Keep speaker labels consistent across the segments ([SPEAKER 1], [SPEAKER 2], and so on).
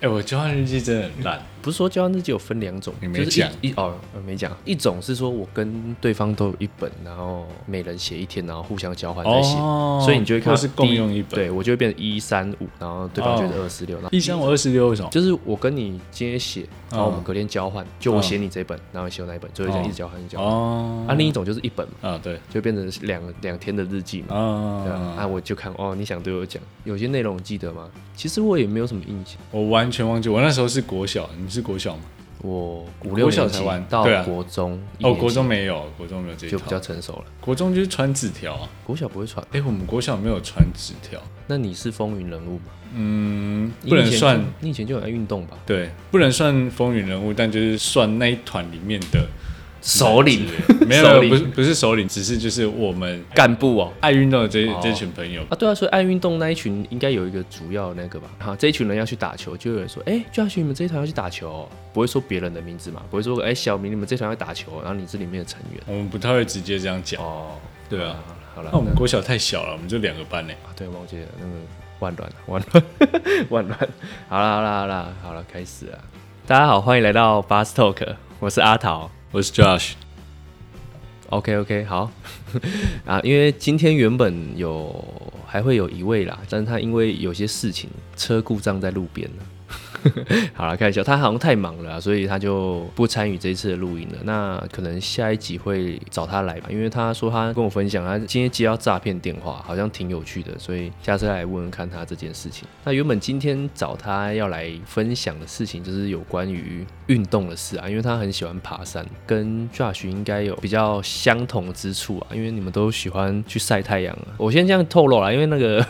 [SPEAKER 1] 哎、我交换日记真的很烂，
[SPEAKER 2] 不是说交换日记有分两种，
[SPEAKER 1] 你没
[SPEAKER 2] 就是一
[SPEAKER 1] 讲
[SPEAKER 2] 一哦，呃没讲。一种是说我跟对方都有一本，然后每人写一天，然后互相交换再写，
[SPEAKER 1] 哦
[SPEAKER 2] 所以你就会看
[SPEAKER 1] 或
[SPEAKER 2] 到
[SPEAKER 1] 是
[SPEAKER 2] 第
[SPEAKER 1] 共用一本
[SPEAKER 2] 对我就会变成一三五，然后对方觉
[SPEAKER 1] 哦
[SPEAKER 2] 得二四六，然后
[SPEAKER 1] 一箱我二十六为什么？
[SPEAKER 2] 就是我跟你今天写，
[SPEAKER 1] 嗯
[SPEAKER 2] 然后我们隔天交换，就我写你这本，然后你写我那一本，就会这样一直交换，一直交换。
[SPEAKER 1] 哦，
[SPEAKER 2] 啊，另一种就是一本嘛，
[SPEAKER 1] 啊对，
[SPEAKER 2] 就变成两两天的日记嘛。对啊，
[SPEAKER 1] 啊，
[SPEAKER 2] 啊，我就看哦，你想对我讲，有些内容我记得吗？其实我也没有什么印象，
[SPEAKER 1] 我完全忘记，我那时候是国小，你是国小吗？
[SPEAKER 2] 我五
[SPEAKER 1] 国
[SPEAKER 2] 六
[SPEAKER 1] 小
[SPEAKER 2] 年
[SPEAKER 1] 才
[SPEAKER 2] 级
[SPEAKER 1] 玩
[SPEAKER 2] 到
[SPEAKER 1] 对啊
[SPEAKER 2] 国中，一
[SPEAKER 1] 哦，
[SPEAKER 2] 年级
[SPEAKER 1] 国中没有，国中没有这一
[SPEAKER 2] 就比较
[SPEAKER 1] 套，
[SPEAKER 2] 成熟了。
[SPEAKER 1] 国中就是传纸条啊。
[SPEAKER 2] 国小不会传，
[SPEAKER 1] 哎、我们国小没有传纸条，
[SPEAKER 2] 那你是风云人物吗？
[SPEAKER 1] 嗯，
[SPEAKER 2] 你
[SPEAKER 1] 不能
[SPEAKER 2] 以前就
[SPEAKER 1] 算，
[SPEAKER 2] 你以前就很爱运动吧？
[SPEAKER 1] 对，不能算风云人物，但就是算那一团里面的
[SPEAKER 2] 首领
[SPEAKER 1] 之类的没有，
[SPEAKER 2] 首
[SPEAKER 1] 没有
[SPEAKER 2] 领
[SPEAKER 1] 不是不是首领，只是就是我们
[SPEAKER 2] 干部哦。
[SPEAKER 1] 爱运动的这、
[SPEAKER 2] 哦
[SPEAKER 1] 这群朋友，
[SPEAKER 2] 啊，对啊，所以爱运动那一群应该有一个主要的那个吧？哈，这一群人要去打球，就有人说，哎、就要群你们这一团要去打球哦、不会说别人的名字嘛，不会说，哎、小明你们这一团要打球哦，然后你是里面的成员。
[SPEAKER 1] 我们不太会直接这样讲，
[SPEAKER 2] 哦，
[SPEAKER 1] 对啊。
[SPEAKER 2] 好了，
[SPEAKER 1] 那我
[SPEAKER 2] 那
[SPEAKER 1] 们国小太小了，我们就两个班呢。
[SPEAKER 2] 啊，对，忘记了那个万乱 万乱万乱。好啦好啦好啦好啦，开始啊！大家好，欢迎来到 Bus Talk，我是阿桃。
[SPEAKER 1] 我是 Josh，
[SPEAKER 2] OK OK，好 啊，因为今天原本有还会有一位啦，但是他因为有些事情车故障在路边了。 好了，开玩笑，他好像太忙了啊、所以他就不参与这一次的录音了。那可能下一集会找他来吧，因为他说他跟我分享，他今天接到诈骗电话，好像挺有趣的，所以下次来问问看他这件事情。那原本今天找他要来分享的事情，就是有关于运动的事啊，因为他很喜欢爬山，跟 Josh 应该有比较相同之处啊，因为你们都喜欢去晒太阳啊。我先这样透露啦，因为那个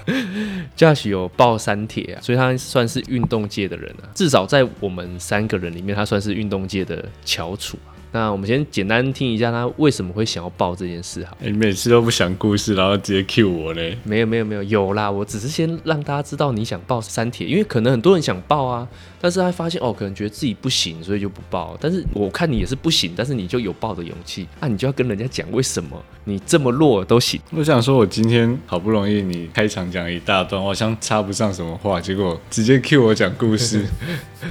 [SPEAKER 2] Josh 有报三铁啊，所以他算是运动界的人啊，至少在我们三个人里面，他算是运动界的翘楚啊。那我们先简单听一下他为什么会想要报这件事哈。
[SPEAKER 1] 哎你每次都不想故事，然后直接 Q 我嘞。
[SPEAKER 2] 没有没有没有有啦，我只是先让大家知道你想报三铁，因为可能很多人想报啊，但是他发现哦，可能觉得自己不行，所以就不报。但是我看你也是不行，但是你就有报的勇气，啊，你就要跟人家讲为什么你这么弱都行。
[SPEAKER 1] 我想说，我今天好不容易你开场讲一大段，我好像插不上什么话，结果直接 Q 我讲故 事。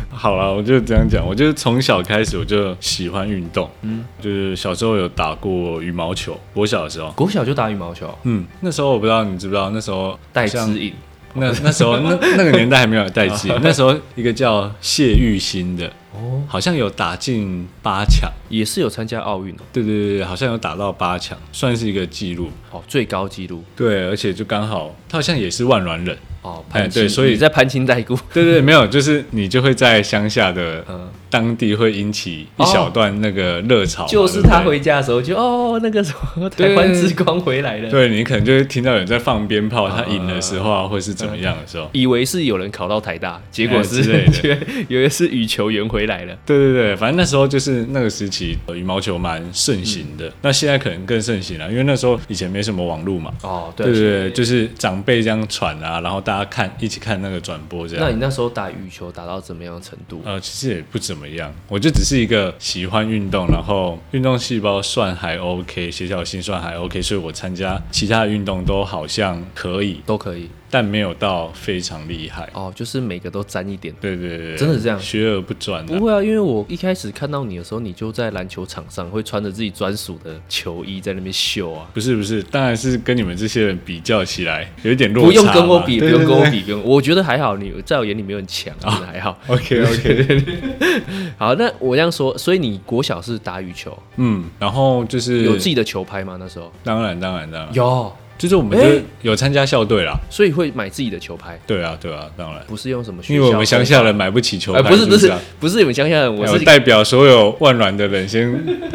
[SPEAKER 1] 好了，我就这样讲，我就是从小开始我就喜欢运动，嗯，就是小时候有打过羽毛球，我小的时候，
[SPEAKER 2] 国小就打羽毛球，
[SPEAKER 1] 嗯，那时候我不知道你知不知道，那时候
[SPEAKER 2] 戴
[SPEAKER 1] 像
[SPEAKER 2] 指引，
[SPEAKER 1] 那那时候那那个年代还没有代 际，那时候一个叫谢玉兴的，
[SPEAKER 2] 哦
[SPEAKER 1] 好像有打进八强，
[SPEAKER 2] 也是有参加奥运哦，
[SPEAKER 1] 对对对对，好像有打到八强，算是一个记录。
[SPEAKER 2] 哦，最高纪录
[SPEAKER 1] 对，而且就刚好他好像也是万峦人，
[SPEAKER 2] 哦，
[SPEAKER 1] 哎
[SPEAKER 2] 攀亲、
[SPEAKER 1] 对所以
[SPEAKER 2] 你在攀亲带故，
[SPEAKER 1] 对对，对 没有，就是你就会在乡下的
[SPEAKER 2] 嗯
[SPEAKER 1] 当地会引起一小段那个热潮嘛，
[SPEAKER 2] 就是
[SPEAKER 1] 对不对
[SPEAKER 2] 他。回家的时候就哦那个什么台湾之光回来了，
[SPEAKER 1] 对你可能就会听到有人在放鞭炮，他赢的时候啊，或是怎么样的时候，
[SPEAKER 2] 以为是有人考到台大，结果
[SPEAKER 1] 哎
[SPEAKER 2] 是、
[SPEAKER 1] 之 类的
[SPEAKER 2] 以为是羽球员回来了。
[SPEAKER 1] 对对对，反正那时候就是那个时期，呃羽毛球蛮盛行的。那现在可能更盛行了，因为那时候以前没什么网络嘛。
[SPEAKER 2] 哦，
[SPEAKER 1] 对对对，就是长辈这样传啊，然后大家看一起看那个转播这
[SPEAKER 2] 那
[SPEAKER 1] 样。
[SPEAKER 2] 你那时候打羽球打到怎么样的程度？
[SPEAKER 1] 呃，其实也不怎么样，我就只是一个喜欢运动，然后运动细胞算还 OK，协调性算还 OK，所以我参加其他的运动都好像可以，
[SPEAKER 2] 都可以
[SPEAKER 1] 但没有到非常厉害。
[SPEAKER 2] 哦，就是每个都沾一点。
[SPEAKER 1] 对对对对，
[SPEAKER 2] 真的是这样
[SPEAKER 1] 学而不专、啊
[SPEAKER 2] 不。会啊，因为我一开始看到你的时候，你就在篮球场上会穿着自己专属的球衣在那边秀啊。
[SPEAKER 1] 不是不是，当然是跟你们这些人比较起来，有一点落差。
[SPEAKER 2] 不用跟我比，不
[SPEAKER 1] 对
[SPEAKER 2] 用跟我。比，不用。我觉得还好，你在我眼里没有很强，
[SPEAKER 1] 啊
[SPEAKER 2] 真的还好。
[SPEAKER 1] OK OK，
[SPEAKER 2] 好，那我这样说，所以你国小是打羽球，
[SPEAKER 1] 嗯，然后就是
[SPEAKER 2] 有自己的球拍吗？那时候
[SPEAKER 1] 当然当然当然，
[SPEAKER 2] 有，
[SPEAKER 1] 就是我们
[SPEAKER 2] 诶
[SPEAKER 1] 就有参加校队啦。
[SPEAKER 2] 所以会买自己的球拍，
[SPEAKER 1] 对啊对啊，当然，
[SPEAKER 2] 不是用什么学校。
[SPEAKER 1] 因为我们乡下人买不起球
[SPEAKER 2] 哎，
[SPEAKER 1] 拍，
[SPEAKER 2] 不是不
[SPEAKER 1] 是
[SPEAKER 2] 是
[SPEAKER 1] 啊。
[SPEAKER 2] 不是你们乡下人，我
[SPEAKER 1] 哎我
[SPEAKER 2] 是，
[SPEAKER 1] 代表所有万峦的人，先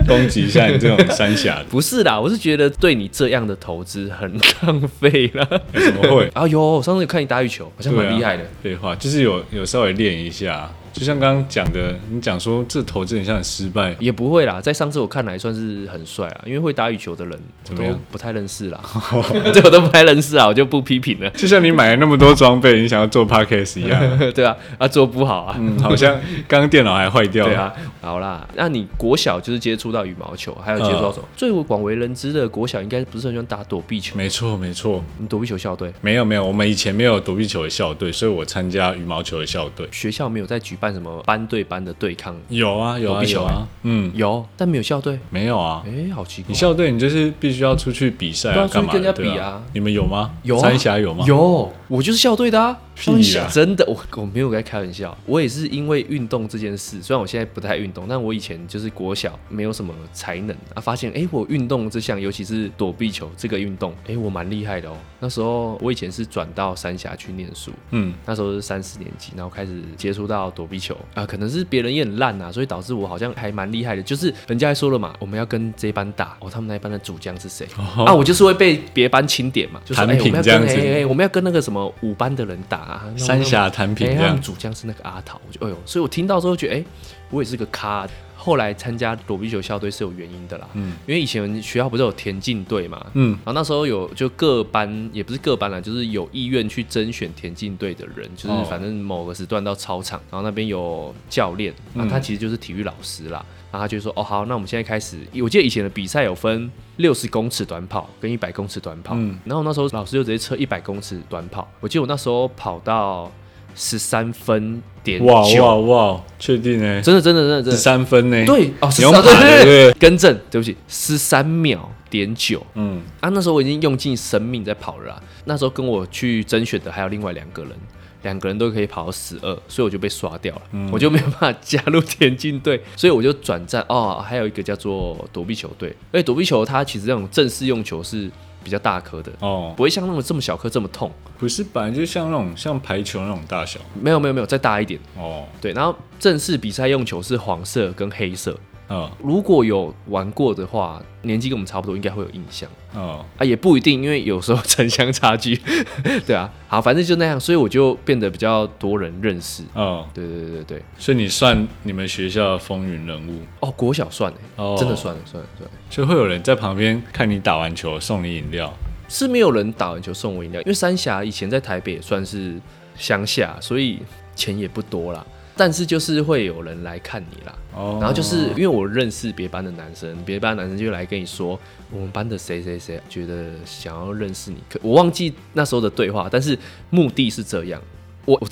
[SPEAKER 1] 攻击一下你这种三峡的
[SPEAKER 2] 不是啦，我是觉得对你这样的投资很 浪费 了。
[SPEAKER 1] 哎怎么会？
[SPEAKER 2] 啊有，我上次有看你打羽球，好像蛮厉害的。
[SPEAKER 1] 对啊。废话，就是有有稍微练一下，就像刚刚讲的，你讲说这投掷很像很失败，
[SPEAKER 2] 也不会啦，在上次我看来算是很帅啊，因为会打羽球的人我
[SPEAKER 1] 怎么
[SPEAKER 2] 都
[SPEAKER 1] 样
[SPEAKER 2] 不太认识啦， 这我都不太认识啊，我就不批评了，
[SPEAKER 1] 就像你买了那么多装备，你想要做 podcast 一样。
[SPEAKER 2] 对啊，啊做不好啊，
[SPEAKER 1] 嗯，好像刚刚电脑还坏掉
[SPEAKER 2] 对
[SPEAKER 1] 了。
[SPEAKER 2] 啊，好啦，那你国小就是接触到羽毛球，还有接触到什么？最广为人知的国小应该不是很喜欢打躲避球，
[SPEAKER 1] 嗯没错，没错，
[SPEAKER 2] 你躲避球校队
[SPEAKER 1] 没有没有，我们以前没有躲避球的校队，所以我参加羽毛球的校队。
[SPEAKER 2] 学校没有在举办什么班对班的对抗，
[SPEAKER 1] 有啊有
[SPEAKER 2] 躲
[SPEAKER 1] 啊
[SPEAKER 2] 避球
[SPEAKER 1] 有啊，嗯，
[SPEAKER 2] 有，但没有校队，
[SPEAKER 1] 没有啊
[SPEAKER 2] 哎、。好奇怪
[SPEAKER 1] 你，校队你就是必须要出去比赛
[SPEAKER 2] 对
[SPEAKER 1] 啊，
[SPEAKER 2] 啊
[SPEAKER 1] 干嘛的？
[SPEAKER 2] 出去跟人家比啊
[SPEAKER 1] 对啊，你们有吗？
[SPEAKER 2] 有啊
[SPEAKER 1] 三峡有吗？
[SPEAKER 2] 有，我就是校队的啊，
[SPEAKER 1] 屁
[SPEAKER 2] 他们想
[SPEAKER 1] 呀
[SPEAKER 2] 真的，我我没有在开玩笑，我也是因为运动这件事，虽然我现在不太运动，但我以前就是国小没有什么才能啊，发现哎、诶我运动这项，尤其是躲避球这个运动，哎、我蛮厉害的哦。那时候我以前是转到三峡去念书，
[SPEAKER 1] 嗯，
[SPEAKER 2] 那时候是三四年级，然后开始接触到躲避球啊，可能是别人也很烂啊，所以导致我好像还蛮厉害的。就是人家还说了嘛，我们要跟这一班打，哦，他们那一班的主将是谁、
[SPEAKER 1] 哦
[SPEAKER 2] 啊？我就是会被别班钦点嘛，就是哎、
[SPEAKER 1] 弹
[SPEAKER 2] 我
[SPEAKER 1] 品
[SPEAKER 2] 们要
[SPEAKER 1] 这样
[SPEAKER 2] 跟哎
[SPEAKER 1] 子
[SPEAKER 2] 哎哎我们要跟那个什么五班的人打、啊，那
[SPEAKER 1] 三峡弹
[SPEAKER 2] 哎
[SPEAKER 1] 品这
[SPEAKER 2] 他们
[SPEAKER 1] 样。
[SPEAKER 2] 主将是那个阿桃，我就哎呦，所以我听到之后觉得，哎、我也是个咖。后来参加躲避球校队是有原因的啦，
[SPEAKER 1] 嗯
[SPEAKER 2] 因为以前学校不是有田径队嘛，
[SPEAKER 1] 嗯，
[SPEAKER 2] 然后那时候有就各班也不是各班啦，就是有意愿去甄选田径队的人，就是
[SPEAKER 1] 哦
[SPEAKER 2] 反正某个时段到操场，然后那边有教练，啊，
[SPEAKER 1] 嗯
[SPEAKER 2] 他其实就是体育老师啦，然后他就说哦好，那我们现在开始，我记得以前的比赛有分六十公尺短跑跟一百公尺短跑，
[SPEAKER 1] 嗯
[SPEAKER 2] 然后那时候老师就直接测一百公尺短跑，我记得我那时候跑到十三分点
[SPEAKER 1] 哇哇
[SPEAKER 2] 九，
[SPEAKER 1] 哇，确定呢？
[SPEAKER 2] 真的真的真的真
[SPEAKER 1] 十
[SPEAKER 2] 的。
[SPEAKER 1] 三分呢？
[SPEAKER 2] 对哦，
[SPEAKER 1] 你
[SPEAKER 2] 十
[SPEAKER 1] 用
[SPEAKER 2] 三
[SPEAKER 1] 爬
[SPEAKER 2] 对对
[SPEAKER 1] 的对不
[SPEAKER 2] 对，
[SPEAKER 1] 对？
[SPEAKER 2] 更正，对不起，十三秒点九，
[SPEAKER 1] 嗯，
[SPEAKER 2] 啊，那时候我已经用尽生命在跑了啦。那时候跟我去甄选的还有另外两个人，两个人都可以跑到十二，所以我就被刷掉了，
[SPEAKER 1] 嗯
[SPEAKER 2] 我就没有办法加入田径队，所以我就转战哦，还有一个叫做躲避球队。而且躲避球它其实那种正式用球是比较大颗的，
[SPEAKER 1] 哦，
[SPEAKER 2] 不会像那种这么小颗这么痛。
[SPEAKER 1] 不是，本来就像那种像排球那种大小
[SPEAKER 2] 没有没有没有，再大一点。
[SPEAKER 1] 哦，
[SPEAKER 2] 对，然后正式比赛用球是黄色跟黑色，
[SPEAKER 1] 嗯
[SPEAKER 2] 如果有玩过的话，年纪跟我们差不多，应该会有印象。
[SPEAKER 1] 嗯，
[SPEAKER 2] 啊，也不一定，因为有时候 城乡差距，对啊，好，反正就那样，所以我就变得比较多人认识。
[SPEAKER 1] 哦，
[SPEAKER 2] 对对对对对，
[SPEAKER 1] 所以你算你们学校的风云人物，
[SPEAKER 2] 哦，国小算哎、
[SPEAKER 1] 哦
[SPEAKER 2] 真的算了算了算了，
[SPEAKER 1] 就会有人在旁边看你打完球送你饮料，
[SPEAKER 2] 是没有人打完球送我饮料，因为三峡以前在台北也算是乡下，所以钱也不多啦，但是就是会有人来看你啦。
[SPEAKER 1] 哦，
[SPEAKER 2] 然后就是因为我认识别班的男生，别班的男生就来跟你说，我们班的谁谁谁觉得想要认识你，可我忘记那时候的对话，但是目的是这样。我 我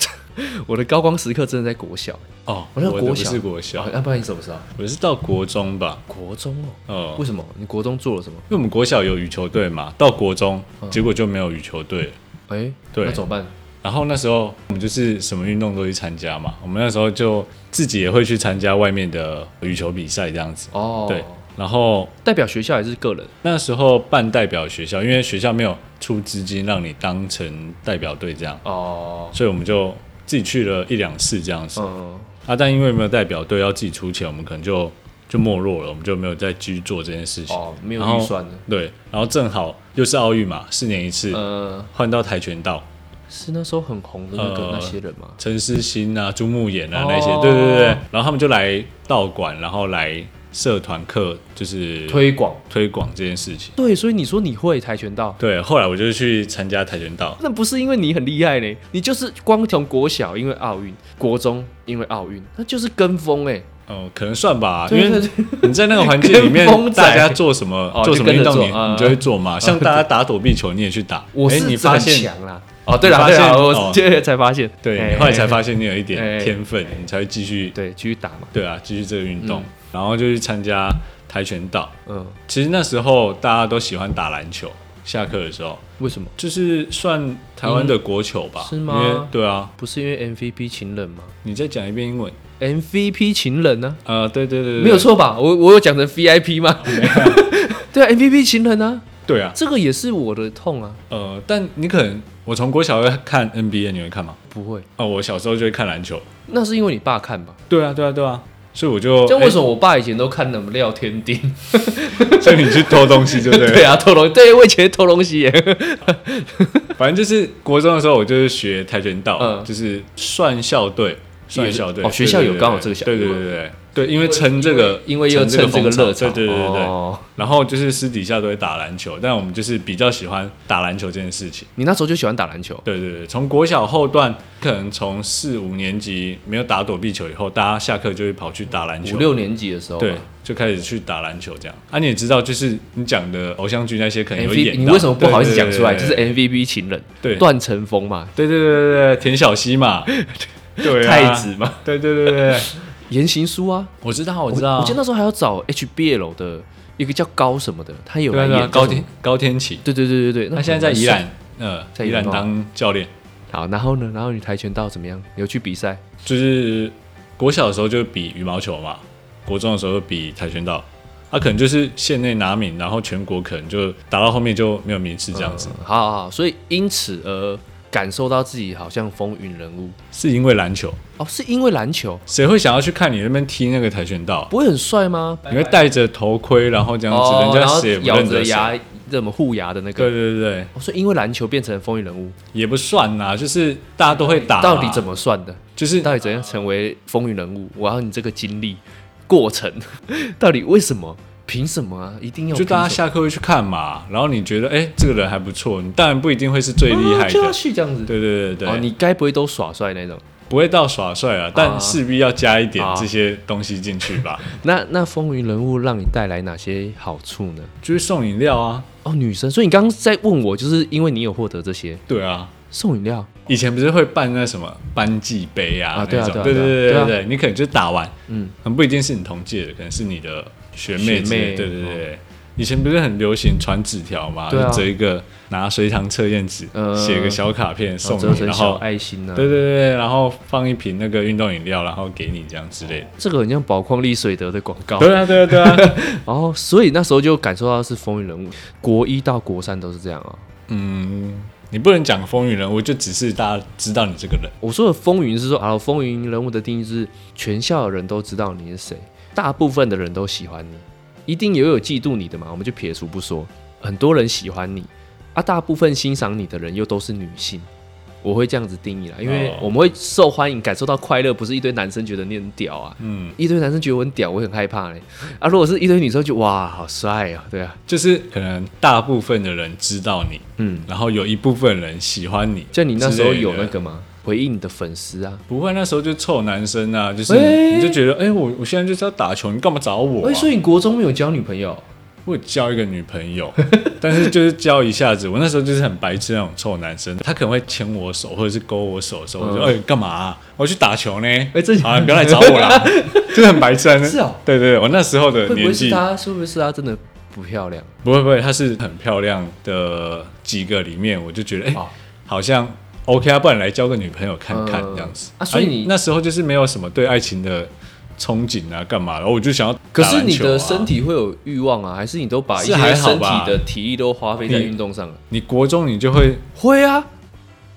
[SPEAKER 2] 我的高光时刻真的在国小，
[SPEAKER 1] 哦，
[SPEAKER 2] 我那
[SPEAKER 1] 我的
[SPEAKER 2] 国
[SPEAKER 1] 不
[SPEAKER 2] 小
[SPEAKER 1] 是国小
[SPEAKER 2] 啊，要不然你什么时候？
[SPEAKER 1] 我是到国中吧，
[SPEAKER 2] 国中哦？
[SPEAKER 1] 哦，
[SPEAKER 2] 为什么？你国中做了什么？
[SPEAKER 1] 因为我们国小有羽球队嘛，到国中
[SPEAKER 2] 嗯
[SPEAKER 1] 结果就没有羽球队了。
[SPEAKER 2] 哎、
[SPEAKER 1] 对
[SPEAKER 2] 那怎么办？
[SPEAKER 1] 然后那时候我们就是什么运动都去参加嘛，我们那时候就自己也会去参加外面的羽球比赛这样子。
[SPEAKER 2] 哦，
[SPEAKER 1] 对，然后
[SPEAKER 2] 代表学校还是个人？
[SPEAKER 1] 那时候办代表学校，因为学校没有出资金让你当成代表队这样，
[SPEAKER 2] 哦，
[SPEAKER 1] 所以我们就自己去了一两次这样子。
[SPEAKER 2] 嗯，
[SPEAKER 1] 啊，但因为没有代表队要自己出钱，我们可能就就没落了，我们就没有再继续做这件事情。
[SPEAKER 2] 哦，没
[SPEAKER 1] 然后
[SPEAKER 2] 有预算的，
[SPEAKER 1] 对，然后正好又是奥运嘛，四年一次，
[SPEAKER 2] 呃，
[SPEAKER 1] 换到跆拳道，
[SPEAKER 2] 是那时候很红的那个、
[SPEAKER 1] 呃
[SPEAKER 2] 那些人吗？
[SPEAKER 1] 陈思欣啊、朱慕妍啊
[SPEAKER 2] 哦
[SPEAKER 1] 那些，对对对，然后他们就来道馆，然后来社团课，就是
[SPEAKER 2] 推广。
[SPEAKER 1] 推广这件事情。
[SPEAKER 2] 对，所以你说你会跆拳道，
[SPEAKER 1] 对，后来我就去参加跆拳道，
[SPEAKER 2] 那不是因为你很厉害呢，你就是光从国小因为奥运，国中因为奥运，那就是跟风哎、
[SPEAKER 1] 哦、可能算吧，因
[SPEAKER 2] 对
[SPEAKER 1] 为
[SPEAKER 2] 对对
[SPEAKER 1] 你在那个环境里面
[SPEAKER 2] 跟风，仔
[SPEAKER 1] 大家做什么
[SPEAKER 2] 哦
[SPEAKER 1] 做什么运
[SPEAKER 2] 就跟着
[SPEAKER 1] 动
[SPEAKER 2] 做
[SPEAKER 1] 你，
[SPEAKER 2] 啊
[SPEAKER 1] 你就会做 嘛。像大家打躲避球，你也去打，
[SPEAKER 2] 我
[SPEAKER 1] 哎
[SPEAKER 2] 是
[SPEAKER 1] 你
[SPEAKER 2] 真的
[SPEAKER 1] 发
[SPEAKER 2] 很
[SPEAKER 1] 现，
[SPEAKER 2] 强啦。哦，对了
[SPEAKER 1] 发
[SPEAKER 2] 对
[SPEAKER 1] 现
[SPEAKER 2] 了，
[SPEAKER 1] 哦
[SPEAKER 2] 我现在才发现，
[SPEAKER 1] 对，
[SPEAKER 2] 哎
[SPEAKER 1] 你后来才发现你有一点
[SPEAKER 2] 哎
[SPEAKER 1] 天分，你才会继续
[SPEAKER 2] 对，继续打嘛，
[SPEAKER 1] 对啊，继续这个运动，然后就去参加跆拳道。
[SPEAKER 2] 嗯，
[SPEAKER 1] 其实那时候大家都喜欢打篮球，下课的时候
[SPEAKER 2] 为什么？
[SPEAKER 1] 就是算台湾的国球吧？
[SPEAKER 2] 嗯是吗
[SPEAKER 1] 因为对啊，
[SPEAKER 2] 不是因为 MVP 情人吗
[SPEAKER 1] 你再讲一遍英文。
[SPEAKER 2] ？MVP 情人呢、
[SPEAKER 1] 呃，对对对对，
[SPEAKER 2] 没有错吧？我我有讲成 VIP 吗？对啊，MVP 情人啊，
[SPEAKER 1] 对。对啊，
[SPEAKER 2] 这个也是我的痛啊，
[SPEAKER 1] 呃，但你可能我从国小会看 NBA，你会看吗？
[SPEAKER 2] 不会，
[SPEAKER 1] 哦、我小时候就会看篮球。
[SPEAKER 2] 那是因为你爸看吧？
[SPEAKER 1] 对啊，对啊，对啊。所以我就，
[SPEAKER 2] 像为什么我爸以前都看什么廖天丁？
[SPEAKER 1] 哎 所以你去偷东西，对不对？
[SPEAKER 2] 对啊，偷东，对，我以前偷东西耶。
[SPEAKER 1] 反正就是国中的时候，我就是学跆拳道，
[SPEAKER 2] 嗯
[SPEAKER 1] 就是算校队，算校队
[SPEAKER 2] 哦学校
[SPEAKER 1] 对
[SPEAKER 2] 有
[SPEAKER 1] 对对
[SPEAKER 2] 刚好这个小
[SPEAKER 1] 对对对对对，因为撑这个，
[SPEAKER 2] 因为又趁这个
[SPEAKER 1] 风潮
[SPEAKER 2] 热潮，
[SPEAKER 1] 对对对对对。
[SPEAKER 2] 哦
[SPEAKER 1] 然后就是私底下都会打篮球，但我们就是比较喜欢打篮球这件事情。
[SPEAKER 2] 你那时候就喜欢打篮球，
[SPEAKER 1] 对对对，从国小后段，可能从四五年级没有打躲避球以后，大家下课就会跑去打篮球。
[SPEAKER 2] 五六年级的时候吧，
[SPEAKER 1] 对，就开始去打篮球这样。啊，你也知道，就是你讲的偶像剧那些可能有演
[SPEAKER 2] MVP，
[SPEAKER 1] 到。
[SPEAKER 2] 哎你为什么不好意思讲出来？
[SPEAKER 1] 对
[SPEAKER 2] 就是 MVP 情人，
[SPEAKER 1] 对
[SPEAKER 2] 段成峰嘛，
[SPEAKER 1] 对对对对对，田小希 嘛，对、啊，
[SPEAKER 2] 太，子嘛，
[SPEAKER 1] 对对对对对，
[SPEAKER 2] 言行书啊，
[SPEAKER 1] 我知道我
[SPEAKER 2] 我
[SPEAKER 1] 知道，
[SPEAKER 2] 我记得那时候还要找 HBL 的一个叫高什么的，他也有
[SPEAKER 1] 对
[SPEAKER 2] 来
[SPEAKER 1] 啊对啊
[SPEAKER 2] 演
[SPEAKER 1] 高
[SPEAKER 2] 点，
[SPEAKER 1] 天高天启，
[SPEAKER 2] 对对对对对，
[SPEAKER 1] 他现在在宜兰，呃，
[SPEAKER 2] 在
[SPEAKER 1] 宜
[SPEAKER 2] 宜兰
[SPEAKER 1] 兰当教练，
[SPEAKER 2] 好，然后呢，然后你跆拳道怎么样？有去比赛？
[SPEAKER 1] 就是国小的时候就比羽毛球嘛，国中的时候就比跆拳道。他、可能就是县内拿名，然后全国可能就打到后面就没有名次这样子，
[SPEAKER 2] 嗯好好好，所以因此而感受到自己好像风云人物
[SPEAKER 1] 是因为篮球，
[SPEAKER 2] 哦，是因为篮球
[SPEAKER 1] 谁会想要去看你那边踢那个跆拳道？
[SPEAKER 2] 不会很帅吗？
[SPEAKER 1] 你会戴着头盔，然后这样子，人
[SPEAKER 2] 哦然
[SPEAKER 1] 家
[SPEAKER 2] 后
[SPEAKER 1] 谁也不
[SPEAKER 2] 咬
[SPEAKER 1] 认得
[SPEAKER 2] 着
[SPEAKER 1] 谁。
[SPEAKER 2] 牙，怎么护牙的那
[SPEAKER 1] 对
[SPEAKER 2] 个？
[SPEAKER 1] 对对，
[SPEAKER 2] 哦，所以因为篮球变成风云人物，
[SPEAKER 1] 也不算啦，就是大家都会打。
[SPEAKER 2] 到底怎
[SPEAKER 1] 么？
[SPEAKER 2] 么算的？
[SPEAKER 1] 就是
[SPEAKER 2] 到底怎样成为风云人物？我要你这个经历过程， 到底为什么？凭什么啊？一定要
[SPEAKER 1] 就大家
[SPEAKER 2] 凭什么
[SPEAKER 1] 下课会去看嘛，然后你觉得哎、这个人还不错，你当然不一定会是最厉
[SPEAKER 2] 啊
[SPEAKER 1] 害
[SPEAKER 2] 就要
[SPEAKER 1] 的。
[SPEAKER 2] 去这样子。
[SPEAKER 1] 对对对对，
[SPEAKER 2] 哦，你该不会都耍帅那种？
[SPEAKER 1] 不会到耍帅啊，但势必要加一点
[SPEAKER 2] 啊
[SPEAKER 1] 这些东西进去 吧，
[SPEAKER 2] 那那风云人物让你带来哪些好处呢？
[SPEAKER 1] 就是送饮料啊，
[SPEAKER 2] 哦，女生，所以你刚刚在问我，就是因为你有获得这些
[SPEAKER 1] 对啊。
[SPEAKER 2] 送饮料，
[SPEAKER 1] 以前不是会办那什么班级杯啊
[SPEAKER 2] 啊
[SPEAKER 1] 那
[SPEAKER 2] 对啊
[SPEAKER 1] 种，
[SPEAKER 2] 对
[SPEAKER 1] 对
[SPEAKER 2] 啊对
[SPEAKER 1] 对
[SPEAKER 2] 啊对啊
[SPEAKER 1] 对，你可能就打完，
[SPEAKER 2] 嗯，
[SPEAKER 1] 很不一定是你同届的，可能是你的学妹之类的对
[SPEAKER 2] 学妹哦
[SPEAKER 1] 对对对。以前不是很流行传纸条嘛，
[SPEAKER 2] 对啊
[SPEAKER 1] 就折一个拿随堂测验纸，
[SPEAKER 2] 呃
[SPEAKER 1] 写个小卡片
[SPEAKER 2] 然后
[SPEAKER 1] 送
[SPEAKER 2] 折
[SPEAKER 1] 你，
[SPEAKER 2] 成
[SPEAKER 1] 然
[SPEAKER 2] 小
[SPEAKER 1] 后
[SPEAKER 2] 爱嗯心啊呢、
[SPEAKER 1] 对对对，然后放一瓶那个运动饮料，然后给你这样之类的。
[SPEAKER 2] 这个很像宝矿力水德的广告。
[SPEAKER 1] 对啊对啊对啊，
[SPEAKER 2] 哦，所以那时候就感受到是风云人物，国一到国三都是这样啊、
[SPEAKER 1] 嗯，你不能讲风云人物，就只是大家知道你这个人。
[SPEAKER 2] 我说的风云是说，啊，风云人物的定义就是全校的人都知道你是谁，大部分的人都喜欢你，一定也有嫉妒你的嘛，我们就撇除不说，很多人喜欢你，啊，大部分欣赏你的人又都是女性，我会这样子定义啦，因为
[SPEAKER 1] 哦
[SPEAKER 2] 我们会受欢迎，感受到快乐，不是一堆男生觉得你很屌啊。
[SPEAKER 1] 嗯，
[SPEAKER 2] 一堆男生觉得我很屌，我会很害怕嘞。啊，如果是一堆女生就哇，好帅啊，对啊，
[SPEAKER 1] 就是可能大部分的人知道你，
[SPEAKER 2] 嗯，
[SPEAKER 1] 然后有一部分人喜欢你。
[SPEAKER 2] 就你那时候有那
[SPEAKER 1] 之类的
[SPEAKER 2] 个吗？回应你的粉丝啊，
[SPEAKER 1] 不会，那时候就臭男生啊，就是
[SPEAKER 2] 喂
[SPEAKER 1] 你就觉得，哎、我我现在就是要打球，你干嘛找我、啊
[SPEAKER 2] 哎、？所以你国中没有交女朋友？
[SPEAKER 1] 我有交一个女朋友， 但是就是交一下子，我那时候就是很白痴那种臭男生，他可能会牵我手或者是勾我手的时候，我就
[SPEAKER 2] 嗯
[SPEAKER 1] 哎干、嘛啊、我去打球呢？哎
[SPEAKER 2] 哎这
[SPEAKER 1] 啊你不要 来找我啦，就是很白痴啊。
[SPEAKER 2] 是哦
[SPEAKER 1] 对对，对我那时候的
[SPEAKER 2] 会不
[SPEAKER 1] 年
[SPEAKER 2] 会是
[SPEAKER 1] 纪，
[SPEAKER 2] 她？是不是她真的不漂亮？
[SPEAKER 1] 不会不会，她是很漂亮的几个里面，我就觉得哎、
[SPEAKER 2] 哦
[SPEAKER 1] 好像 OK 啊，不然来交个女朋友看看、
[SPEAKER 2] 嗯
[SPEAKER 1] 这样子哎
[SPEAKER 2] 啊所以你
[SPEAKER 1] 那时候就是没有什么对爱情的憧憬啊，干嘛的？然后我就想要
[SPEAKER 2] 可
[SPEAKER 1] 打
[SPEAKER 2] 是
[SPEAKER 1] 篮
[SPEAKER 2] 你
[SPEAKER 1] 球啊
[SPEAKER 2] 的身体会有欲望啊，还是你都把一
[SPEAKER 1] 是还
[SPEAKER 2] 些
[SPEAKER 1] 好
[SPEAKER 2] 身体
[SPEAKER 1] 吧
[SPEAKER 2] 的体力都花费在
[SPEAKER 1] 你
[SPEAKER 2] 运动上了？
[SPEAKER 1] 你国中你就会
[SPEAKER 2] 会啊，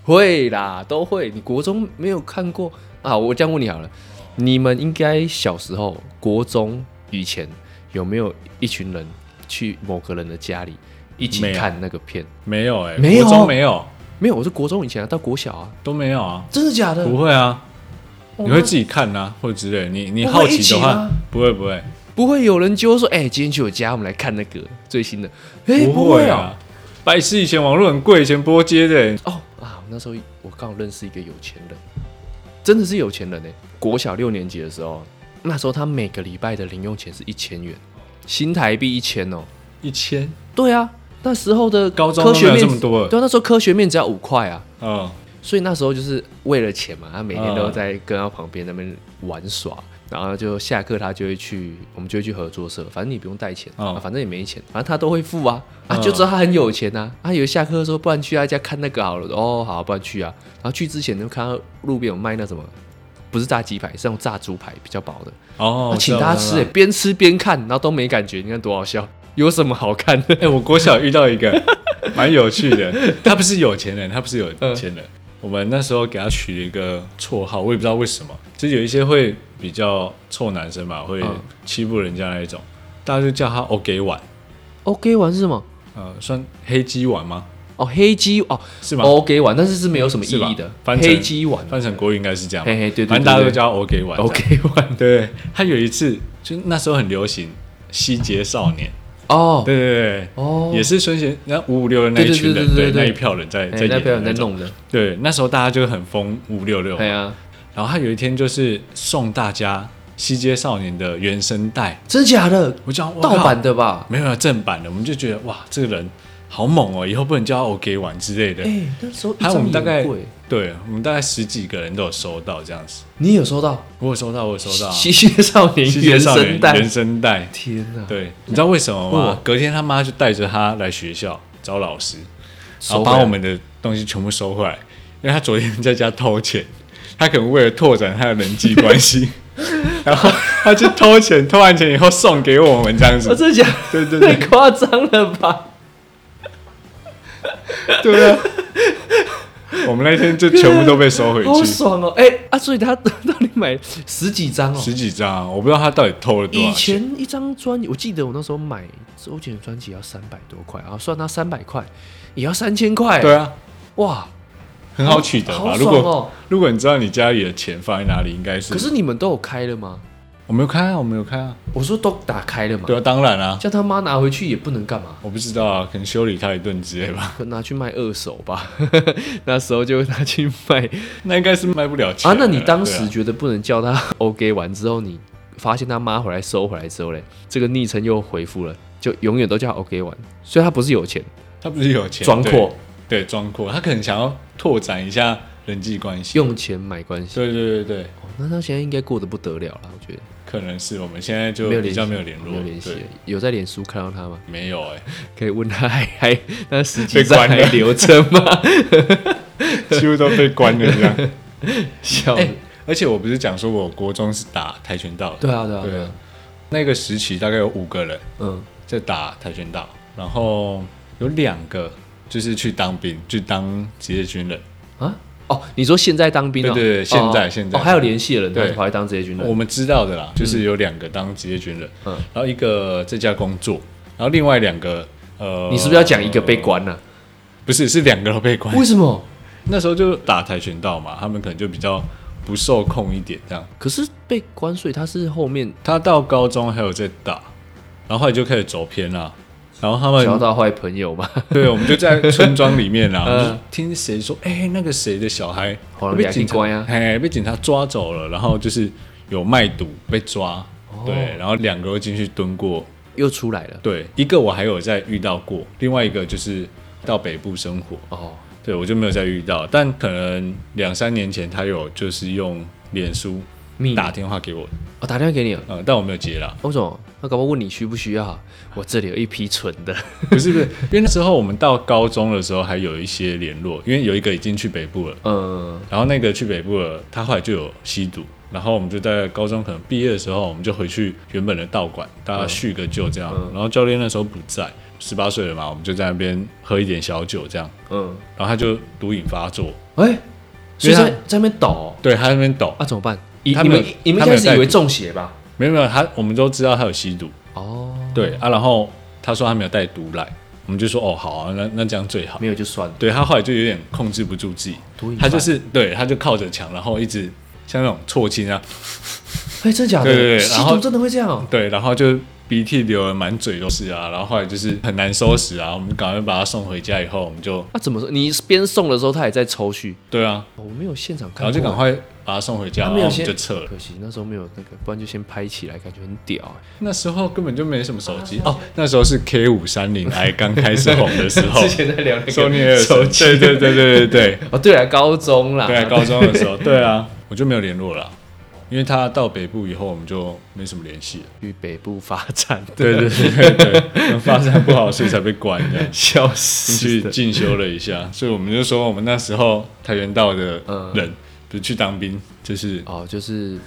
[SPEAKER 2] 会啦，都会。你国中没有看过啊？我这样问你好了，你们应该小时候国中以前有没有一群人去某个人的家里一
[SPEAKER 1] 没
[SPEAKER 2] 起
[SPEAKER 1] 有
[SPEAKER 2] 看那个片？
[SPEAKER 1] 没有哎、
[SPEAKER 2] 没有
[SPEAKER 1] 国中没有
[SPEAKER 2] 没有，我是国中以前啊，到国小啊，
[SPEAKER 1] 都没有啊，
[SPEAKER 2] 真的假的？
[SPEAKER 1] 不会啊，
[SPEAKER 2] 哦
[SPEAKER 1] 你会自己看啊，或者之类的。你你
[SPEAKER 2] 不会
[SPEAKER 1] 好
[SPEAKER 2] 一
[SPEAKER 1] 奇
[SPEAKER 2] 起啊
[SPEAKER 1] 的话
[SPEAKER 2] 吗，
[SPEAKER 1] 不会不会，
[SPEAKER 2] 不会有人揪说，哎、今天去我家，我们来看那个最新的。哎、不
[SPEAKER 1] 会
[SPEAKER 2] 啊。
[SPEAKER 1] 啊。白痴，以前网络很贵，以前拨接的欸、
[SPEAKER 2] 哦啊，那时候我刚好认识一个有钱人，真的是有钱人呢。国小六年级的时候，那时候他每个礼拜的零用钱是一千元，新台币一千哦。
[SPEAKER 1] 一千，
[SPEAKER 2] 对啊，那时候的
[SPEAKER 1] 高中
[SPEAKER 2] 科
[SPEAKER 1] 都没
[SPEAKER 2] 学
[SPEAKER 1] 有
[SPEAKER 2] 面
[SPEAKER 1] 这么多了。
[SPEAKER 2] 对啊，那时候科学面只要五块啊，
[SPEAKER 1] 嗯，
[SPEAKER 2] 所以那时候就是为了钱嘛，他每天都
[SPEAKER 1] 嗯
[SPEAKER 2] 在跟他旁边那边玩耍。然后就下课，他就会去，我们就会去合作社，反正你不用带钱，
[SPEAKER 1] 嗯
[SPEAKER 2] 啊反正也没钱，反正他都会付啊，啊，
[SPEAKER 1] 嗯
[SPEAKER 2] 就知道他很有钱啊。啊，有下课说，不然去他家看那个好了，哦，好，不然去啊。然后去之前就看到路边有卖那什么，不是炸鸡排，是那种炸猪排，比较薄的，
[SPEAKER 1] 哦，
[SPEAKER 2] 啊
[SPEAKER 1] 我知
[SPEAKER 2] 请
[SPEAKER 1] 道
[SPEAKER 2] 他
[SPEAKER 1] 我知
[SPEAKER 2] 吃、
[SPEAKER 1] 道
[SPEAKER 2] 欸，边吃边看，然后都没感觉，你看多好笑，有什么好看的？
[SPEAKER 1] 哎、我国小遇到 一个蛮有趣的，他不是有钱人，他不是有
[SPEAKER 2] 嗯
[SPEAKER 1] 钱人。我们那时候给他取了一个绰号，我也不知道为什么，就是有一些会比较臭男生嘛，会
[SPEAKER 2] 嗯
[SPEAKER 1] 欺负人家那一种，大家就叫他 OK 碗，
[SPEAKER 2] OK 玩是什么？
[SPEAKER 1] 呃，算黑鸡碗吗？
[SPEAKER 2] 哦，黑鸡哦
[SPEAKER 1] 是吗？
[SPEAKER 2] ，OK 碗，但是是没有什么意
[SPEAKER 1] 是吧
[SPEAKER 2] 义的，
[SPEAKER 1] 翻成
[SPEAKER 2] 黑鸡碗
[SPEAKER 1] 翻成国语应该是这样吧，
[SPEAKER 2] 嘿嘿对对对
[SPEAKER 1] 反正大家
[SPEAKER 2] 对
[SPEAKER 1] 都叫 OK 玩
[SPEAKER 2] ，OK 碗
[SPEAKER 1] 对，他有一次就那时候很流行西捷少年，
[SPEAKER 2] 哦
[SPEAKER 1] 对对对，
[SPEAKER 2] 哦，
[SPEAKER 1] 也是孙贤那五五六的那一群人，
[SPEAKER 2] 对对对对对对
[SPEAKER 1] 那一票人在
[SPEAKER 2] 哎
[SPEAKER 1] 在
[SPEAKER 2] 那
[SPEAKER 1] 演
[SPEAKER 2] 不
[SPEAKER 1] 的
[SPEAKER 2] 要你
[SPEAKER 1] 那
[SPEAKER 2] 在
[SPEAKER 1] 种，
[SPEAKER 2] 弄的，
[SPEAKER 1] 对，那时候大家就很疯五六六，
[SPEAKER 2] 对啊，
[SPEAKER 1] 然后他有一天就是送大家西街少年的原声带，
[SPEAKER 2] 真假的，
[SPEAKER 1] 我讲
[SPEAKER 2] 盗版
[SPEAKER 1] 的
[SPEAKER 2] 的吧？
[SPEAKER 1] 没有啊，正版的，我们就觉得哇，这个人好猛哦，以后不能叫他 OK 玩之类的。
[SPEAKER 2] 哎，那时候一
[SPEAKER 1] 还有我
[SPEAKER 2] 张
[SPEAKER 1] 们大
[SPEAKER 2] 也
[SPEAKER 1] 概
[SPEAKER 2] 很贵，
[SPEAKER 1] 对我们大概十几个人都有收到这样子，
[SPEAKER 2] 你有收到？
[SPEAKER 1] 我有收到，我有收到啊、
[SPEAKER 2] 吸血少年
[SPEAKER 1] 西街
[SPEAKER 2] 原
[SPEAKER 1] 少年
[SPEAKER 2] 声带，
[SPEAKER 1] 原声带，
[SPEAKER 2] 天哪！
[SPEAKER 1] 对，你知道为什么
[SPEAKER 2] 为什
[SPEAKER 1] 吗
[SPEAKER 2] 么？
[SPEAKER 1] 隔天他妈就带着他来学校找老师，然
[SPEAKER 2] 收
[SPEAKER 1] 后
[SPEAKER 2] 回来
[SPEAKER 1] 把我们的东西全部收回来，因为他昨天在家偷钱， 他可能为了拓展他的人际关系， 然后他就偷钱，偷完钱以后送给我们这样
[SPEAKER 2] 啊，
[SPEAKER 1] 子，
[SPEAKER 2] 真假？
[SPEAKER 1] 对对
[SPEAKER 2] 太
[SPEAKER 1] 对
[SPEAKER 2] 夸张了吧？
[SPEAKER 1] 对啊， 我们那天就全部都被收回
[SPEAKER 2] 好
[SPEAKER 1] 去，
[SPEAKER 2] 爽哦！哎啊，所以他 到底买十几张哦？
[SPEAKER 1] 十几张啊，我不知道他到底偷了多
[SPEAKER 2] 以
[SPEAKER 1] 少钱，
[SPEAKER 2] 前一张专辑，我记得我那时候买周杰伦专辑要三百多块，然后算他三百块，也要三千块。
[SPEAKER 1] 对，啊，
[SPEAKER 2] 哇，
[SPEAKER 1] 很好取得吧？
[SPEAKER 2] 好
[SPEAKER 1] 如
[SPEAKER 2] 爽
[SPEAKER 1] 果
[SPEAKER 2] 哦！
[SPEAKER 1] 如果你知道你家里的钱放在哪里，应该是，
[SPEAKER 2] 可是你们都有开了吗？
[SPEAKER 1] 我没有看啊，我没有看啊，
[SPEAKER 2] 我说都打开了嘛，
[SPEAKER 1] 对啊，当然啊。
[SPEAKER 2] 叫他妈拿回去也不能干嘛，
[SPEAKER 1] 我不知道啊，可能修理他一顿之类吧。
[SPEAKER 2] 可拿去卖二手吧。 那时候就拿去卖
[SPEAKER 1] 那应该是卖不了钱
[SPEAKER 2] 啊
[SPEAKER 1] 的。
[SPEAKER 2] 那你当时
[SPEAKER 1] 对啊
[SPEAKER 2] 觉得不能叫他 OK 完之后，你发现他妈回来收回来之后嘞，这个昵称又回复了，就永远都叫他 OK 完，所以他不是有钱，
[SPEAKER 1] 他不是有钱
[SPEAKER 2] 装阔，
[SPEAKER 1] 对对装阔，他可能想要拓展一下人际关系。
[SPEAKER 2] 用钱买关系。
[SPEAKER 1] 对对对对，
[SPEAKER 2] 哦那他现在应该过得不得了了，我觉得
[SPEAKER 1] 可能是我们现在就
[SPEAKER 2] 没有
[SPEAKER 1] 比
[SPEAKER 2] 联
[SPEAKER 1] 较
[SPEAKER 2] 系，
[SPEAKER 1] 没有联络，
[SPEAKER 2] 没有联系
[SPEAKER 1] 对，，
[SPEAKER 2] 有在脸书看到他吗？
[SPEAKER 1] 没有哎、
[SPEAKER 2] 可以问他还还那十几
[SPEAKER 1] 被
[SPEAKER 2] 张
[SPEAKER 1] 关了
[SPEAKER 2] 还留着 吗？
[SPEAKER 1] 几乎都被关了这样。
[SPEAKER 2] 笑
[SPEAKER 1] 哎、
[SPEAKER 2] 死，
[SPEAKER 1] 而且我不是讲说我国中是打跆拳道的，
[SPEAKER 2] 对啊对啊
[SPEAKER 1] 对
[SPEAKER 2] 对啊
[SPEAKER 1] 啊，，那个时期大概有五个人
[SPEAKER 2] 嗯，
[SPEAKER 1] 在打跆拳道，然后有两个就是去当兵，去当职业军人。
[SPEAKER 2] 啊，哦，你说现在当兵哦？
[SPEAKER 1] 对对对
[SPEAKER 2] 哦
[SPEAKER 1] 现在
[SPEAKER 2] 哦
[SPEAKER 1] 现在
[SPEAKER 2] 哦还有联系的人，他
[SPEAKER 1] 对
[SPEAKER 2] 跑来当职业军
[SPEAKER 1] 我
[SPEAKER 2] 人，
[SPEAKER 1] 们知道的啦，就是有两个当职业军人，
[SPEAKER 2] 嗯
[SPEAKER 1] 然后一个在家工作，然后另外两个，呃，
[SPEAKER 2] 你是不是要讲一个被？关了？
[SPEAKER 1] 不是，是两个都被关
[SPEAKER 2] 为。什么？
[SPEAKER 1] 那时候就打跆拳道嘛，他们可能就比较不受控一点，这样。
[SPEAKER 2] 可是被关，所以他是后面
[SPEAKER 1] 他到高中还有在打，然后后来就开始走偏了。然后他
[SPEAKER 2] 交
[SPEAKER 1] 们
[SPEAKER 2] 到坏朋友嘛，
[SPEAKER 1] 对，我们就在村庄里面 啦，
[SPEAKER 2] 嗯
[SPEAKER 1] 我们就听谁说，哎、那个谁的小孩
[SPEAKER 2] 好像
[SPEAKER 1] 被警
[SPEAKER 2] 抓去关
[SPEAKER 1] 察
[SPEAKER 2] 啊，
[SPEAKER 1] 哎，被警察抓走了，然后就是有卖毒被抓，
[SPEAKER 2] 哦
[SPEAKER 1] 对，然后两个都进去蹲过
[SPEAKER 2] 又出来了。
[SPEAKER 1] 对，一个我还有在遇到过，另外一个就是到北部生活，
[SPEAKER 2] 哦，
[SPEAKER 1] 对我就没有再遇到。但可能两三年前他有就是用脸书
[SPEAKER 2] 密你
[SPEAKER 1] 打电话给我，
[SPEAKER 2] 哦，打电话给你了。
[SPEAKER 1] 呃，但我没有接啦。
[SPEAKER 2] 欧总，他搞不好问你需不需要？我这里有一批存 的。
[SPEAKER 1] 不是不是，因为那时候我们到高中的时候还有一些联络，因为有一个已经去北部了，
[SPEAKER 2] 嗯，
[SPEAKER 1] 然后那个去北部了，他后来就有吸毒。然后我们就在高中可能毕业的时候，我们就回去原本的道馆，大家叙个旧这样。
[SPEAKER 2] 嗯
[SPEAKER 1] 然后教练那时候不在，十八岁了嘛，我们就在那边喝一点小酒这样。
[SPEAKER 2] 嗯，
[SPEAKER 1] 然后他就毒瘾发作，
[SPEAKER 2] 哎、所以
[SPEAKER 1] 因
[SPEAKER 2] 在
[SPEAKER 1] 为
[SPEAKER 2] 在那边倒哦、
[SPEAKER 1] 对他在那边抖，
[SPEAKER 2] 啊，怎么办？你
[SPEAKER 1] 他
[SPEAKER 2] 你
[SPEAKER 1] 没有
[SPEAKER 2] 们你们一
[SPEAKER 1] 他没
[SPEAKER 2] 开
[SPEAKER 1] 有
[SPEAKER 2] 始
[SPEAKER 1] 带
[SPEAKER 2] 以为中邪吧？
[SPEAKER 1] 没有没有，他我们都知道他有吸毒，
[SPEAKER 2] 哦，
[SPEAKER 1] 对啊，然后他说他没有带毒来，我们就说哦好啊，那那这样最好。
[SPEAKER 2] 没有就算了。
[SPEAKER 1] 对他后来就有点控制不住自己
[SPEAKER 2] 毒瘾，
[SPEAKER 1] 他就
[SPEAKER 2] 犯
[SPEAKER 1] 是对他就靠着墙，然后一直像那种啜泣啊，
[SPEAKER 2] 哎、真假的？
[SPEAKER 1] 对对对
[SPEAKER 2] 吸
[SPEAKER 1] 然后
[SPEAKER 2] 毒真的会这样、哦？
[SPEAKER 1] 对，然后就鼻涕流了满嘴都是啊，然后后来就是很难收拾啊，我们赶快把他送回家以后，我们就
[SPEAKER 2] 啊那、怎么说？你边送的时候他也在抽搐、
[SPEAKER 1] 对啊，
[SPEAKER 2] 哦我没有现场看
[SPEAKER 1] 然后
[SPEAKER 2] 过，
[SPEAKER 1] 就赶快把他送回家，
[SPEAKER 2] 他
[SPEAKER 1] 然后
[SPEAKER 2] 没有
[SPEAKER 1] 我们
[SPEAKER 2] 先
[SPEAKER 1] 就撤了。
[SPEAKER 2] 可惜那时候没有那个，不然就先拍起来，感觉很屌、哎
[SPEAKER 1] 那时候根本就没什么手
[SPEAKER 2] 啊
[SPEAKER 1] 机哦，那时候是 K 五三零 i 刚开始红的时 候，
[SPEAKER 2] 之前在聊那个
[SPEAKER 1] 索尼尔
[SPEAKER 2] 手机，
[SPEAKER 1] 对对对对对对，
[SPEAKER 2] 哦，对了，高中啦，
[SPEAKER 1] 对啊，高中的时候，对啊，我就没有联络了啊，因为他到北部以后，我们就没什么联系了。
[SPEAKER 2] 去北部发展的，。
[SPEAKER 1] 对对对对对，发展不好，所以才被关的
[SPEAKER 2] 笑
[SPEAKER 1] 去
[SPEAKER 2] 死的。
[SPEAKER 1] 进修了一下，所以我们就说，我们那时候跆拳道的人，不是去当兵，就是
[SPEAKER 2] 哦，就是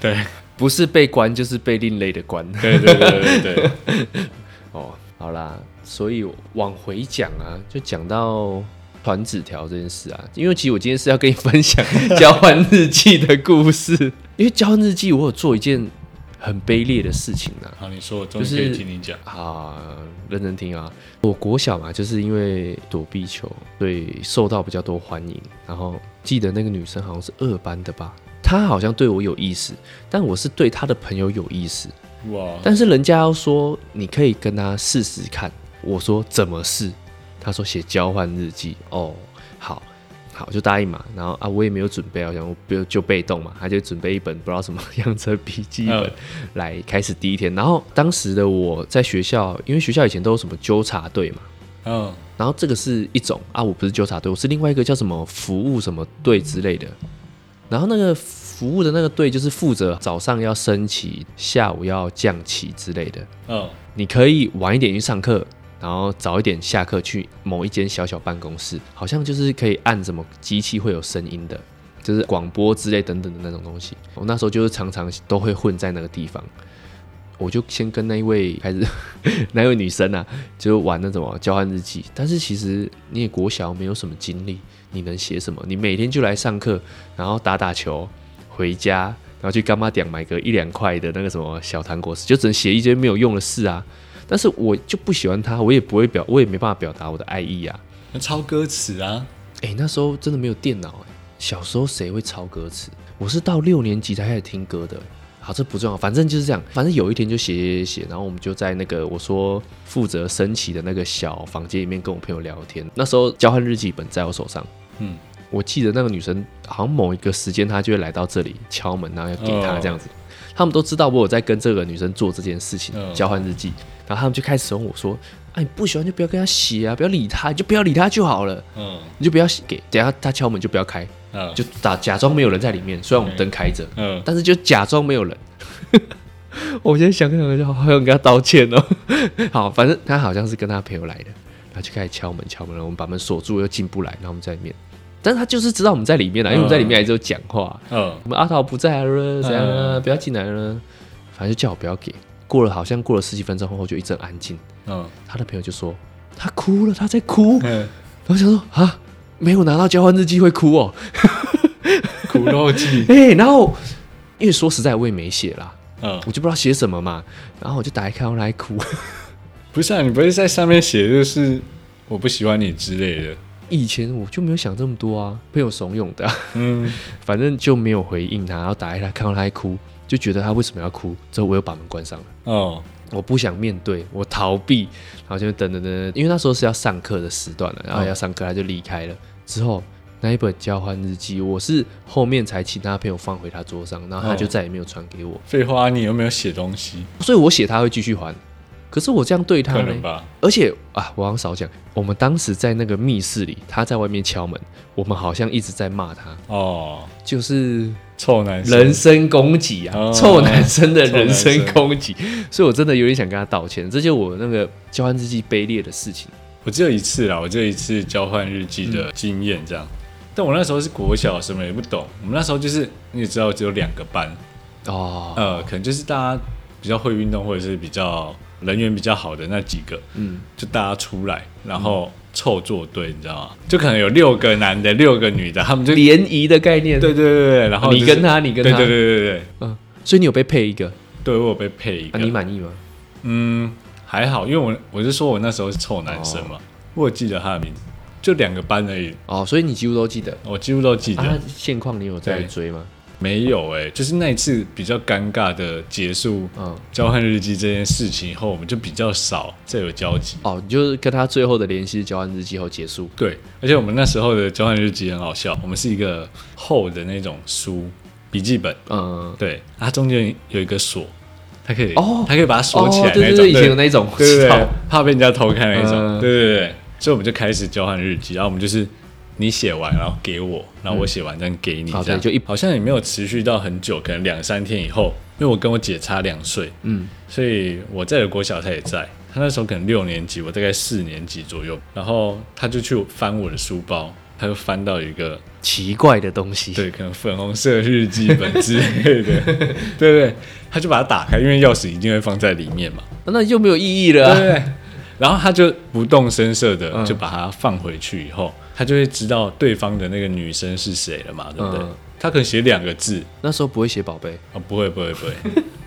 [SPEAKER 1] 对
[SPEAKER 2] 不是被关，就是被另类的关。
[SPEAKER 1] 对对对对对对，
[SPEAKER 2] 哦，好啦，所以往回讲啊，就讲到传纸条这件事啊，因为其实我今天是要跟 你分享交换日记的故事，因为交换日记我有做一件很卑劣的事情啊。
[SPEAKER 1] 好，你说，我终于可以听你讲。
[SPEAKER 2] 啊，认真听啊！我国小嘛，就是因为躲避球，所以受到比较多欢迎。然后记得那个女生好像是二班的吧，她好像对我有意思，但我是对她的朋友有意思。
[SPEAKER 1] 哇，
[SPEAKER 2] 但是人家要说你可以跟她试试看，我说怎么试？她说写交换日记。哦，好。好，就答应嘛，然后啊，我也没有准备，好像我不就被动嘛，他就准备一本不知道什么样子的笔记本，
[SPEAKER 1] 嗯
[SPEAKER 2] 来开始第一天。然后当时的我在学校，因为学校以前都有什么纠察队嘛，
[SPEAKER 1] 嗯，
[SPEAKER 2] 然后这个是一种啊，我不是纠察队，我是另外一个叫什么服务什么队之类的。然后那个服务的那个队就是负责早上要升旗，下午要降旗之类的。
[SPEAKER 1] 嗯，
[SPEAKER 2] 你可以晚一点去上课，然后早一点下课去某一间小小办公室，好像就是可以按什么机器会有声音的，就是广播之类等等的那种东西。我那时候就是常常都会混在那个地方，我就先跟那一位开始， 那一位女生啊，就玩那种交换日记。但是其实你也国小没有什么经历，你能写什么？你每天就来上课，然后打打球，回家，然后去干妈店买个一两块的那个什么小糖果吃，就只能写一些没有用的事啊。但是我就不喜欢他，我也不会表，我也没办法表达我的爱意啊。
[SPEAKER 1] 那抄歌词啊，
[SPEAKER 2] 哎、那时候真的没有电脑哎、小时候谁会抄歌词？我是到六年级才开始听歌的、好，这不重要，反正就是这样。反正有一天就写写写，然后我们就在那个我说负责升旗的那个小房间里面跟我朋友聊天。那时候交换日记本在我手上，
[SPEAKER 1] 嗯，
[SPEAKER 2] 我记得那个女生好像某一个时间她就会来到这里敲门，然后要给
[SPEAKER 1] 哦
[SPEAKER 2] 她这样子。他们都知道我有在跟这个女生做这件事情，
[SPEAKER 1] 嗯
[SPEAKER 2] 交换日记，然后他们就开始问我说：“啊，你不喜欢就不要跟她写啊，不要理她，你就不要理她就好了。”
[SPEAKER 1] 嗯，
[SPEAKER 2] 你就不要给，等一下他敲门就不要开，
[SPEAKER 1] 嗯，
[SPEAKER 2] 就打假装没有人在里面。虽然我们灯开着，
[SPEAKER 1] 嗯，
[SPEAKER 2] 但是就假装没有人。 我现在想想就好想跟他道歉哦。 好，反正他好像是跟他朋友来的，然后就开始敲门敲门了。我们把门锁住又进不来，然后我们在里面，但是他就是知道我们在里面了，因为我们在里面还是有讲话。
[SPEAKER 1] 嗯，
[SPEAKER 2] 我们阿桃不在了，怎样啊？
[SPEAKER 1] 嗯
[SPEAKER 2] 不要进来了，反正就叫我不要给。过了好像过了十几分钟后，就一阵安静。
[SPEAKER 1] 嗯，
[SPEAKER 2] 他的朋友就说他哭了，他在哭。
[SPEAKER 1] 嗯，
[SPEAKER 2] 然后想说啊，没有拿到交换日记会哭哦，
[SPEAKER 1] 苦肉计，
[SPEAKER 2] 哎、然后因为说实在我也没写啦，
[SPEAKER 1] 嗯，
[SPEAKER 2] 我就不知道写什么嘛，然后我就打开看，我来哭，
[SPEAKER 1] 不是啊，你不会在上面写就是我不喜欢你之类的，
[SPEAKER 2] 以前我就没有想这么多啊，朋友怂恿的啊、
[SPEAKER 1] 嗯，
[SPEAKER 2] 反正就没有回应他，然后打开他看到他在哭，就觉得他为什么要哭，之后我又把门关上了。
[SPEAKER 1] 哦，
[SPEAKER 2] 我不想面对，我逃避，然后就等等等等，因为那时候是要上课的时段了，然后要上课他就离开了。之后那一本交换日记，我是后面才请他朋友放回他桌上，然后他就
[SPEAKER 1] 哦
[SPEAKER 2] 再也没有传给我，
[SPEAKER 1] 废话，你有没有写东西？
[SPEAKER 2] 所以我写他会继续还。可是我这样对他
[SPEAKER 1] 可
[SPEAKER 2] 呢，
[SPEAKER 1] 能吧，
[SPEAKER 2] 而且啊，我好像少讲，我们当时在那个密室里，他在外面敲门，我们好像一直在骂他，
[SPEAKER 1] 哦，
[SPEAKER 2] 就是
[SPEAKER 1] 臭男生，
[SPEAKER 2] 人身攻击啊，
[SPEAKER 1] 哦
[SPEAKER 2] 臭男生的
[SPEAKER 1] 臭男
[SPEAKER 2] 人
[SPEAKER 1] 生
[SPEAKER 2] 身攻击，所以我真的有点想跟他道歉，这就是我那个交换日记卑劣的事情。
[SPEAKER 1] 我只有一次啦，我只有一次交换日记的经验这样。但我那时候是国小，什么也不懂。我们那时候就是你也知道，只有两个班，
[SPEAKER 2] 哦，
[SPEAKER 1] 呃，可能就是大家比较会运动或者是比较人缘比较好的那几个，
[SPEAKER 2] 嗯，
[SPEAKER 1] 就大家出来，然后凑作对，你知道吗？就可能有六个男的，六个女的，他们就对
[SPEAKER 2] 联谊的概念，啊
[SPEAKER 1] 对对对，然后、
[SPEAKER 2] 你跟，他，你
[SPEAKER 1] 对对
[SPEAKER 2] 跟他，
[SPEAKER 1] 对对对对，
[SPEAKER 2] 嗯，所以你有被配一个，
[SPEAKER 1] 对我有被配一
[SPEAKER 2] 啊，
[SPEAKER 1] 个，
[SPEAKER 2] 你满意吗？
[SPEAKER 1] 嗯，还好，因为我我是说我那时候是臭男生嘛，我有记得他的名字，就两个班而已，
[SPEAKER 2] 哦，所以你几乎都记得。
[SPEAKER 1] 我几乎都记得。
[SPEAKER 2] 啊，现况你有在
[SPEAKER 1] 对
[SPEAKER 2] 追吗？
[SPEAKER 1] 没有哎、就是那一次比较尴尬的结束
[SPEAKER 2] 嗯，
[SPEAKER 1] 交换日记这件事情以后，我们就比较少再有交集。
[SPEAKER 2] 哦，你就是跟他最后的联系是交换日记后结束。
[SPEAKER 1] 对，而且我们那时候的交换日记很好笑，我们是一个厚的那种书笔记本，
[SPEAKER 2] 嗯，
[SPEAKER 1] 对，它中间有一个锁，它可以
[SPEAKER 2] 哦
[SPEAKER 1] 它可以把它锁起
[SPEAKER 2] 哦
[SPEAKER 1] 来
[SPEAKER 2] 对
[SPEAKER 1] 那
[SPEAKER 2] 对
[SPEAKER 1] 种，
[SPEAKER 2] 对，以前有
[SPEAKER 1] 对
[SPEAKER 2] 那种，我
[SPEAKER 1] 对
[SPEAKER 2] 知
[SPEAKER 1] 对
[SPEAKER 2] 道
[SPEAKER 1] 对，怕被人家偷看那
[SPEAKER 2] 嗯
[SPEAKER 1] 种，对对对，所以我们就开始交换日记，然后我们就是。你写完，然后给我，然后我写完再给你，
[SPEAKER 2] 哦
[SPEAKER 1] 这样
[SPEAKER 2] 对就一
[SPEAKER 1] 好像也没有持续到很久，可能两三天以后，因为我跟我姐差两岁，
[SPEAKER 2] 嗯，
[SPEAKER 1] 所以我在的国小他也在，他那时候可能六年级，我大概四年级左右，然后他就去翻我的书包，他就翻到一个
[SPEAKER 2] 奇怪的东西。
[SPEAKER 1] 对，可能粉红色日记本之类的，对不对？他就把它打开，因为钥匙一定会放在里面嘛，
[SPEAKER 2] 那那就没有意义了
[SPEAKER 1] 对
[SPEAKER 2] 啊、
[SPEAKER 1] 不对？然后他就不动声色
[SPEAKER 2] 嗯
[SPEAKER 1] 的就把它放回去以后，他就会知道对方的那个女生是谁了嘛，对不对？
[SPEAKER 2] 嗯
[SPEAKER 1] 他可能写两个字，哦
[SPEAKER 2] 那时候不会写宝贝，
[SPEAKER 1] 啊、不会不会不会，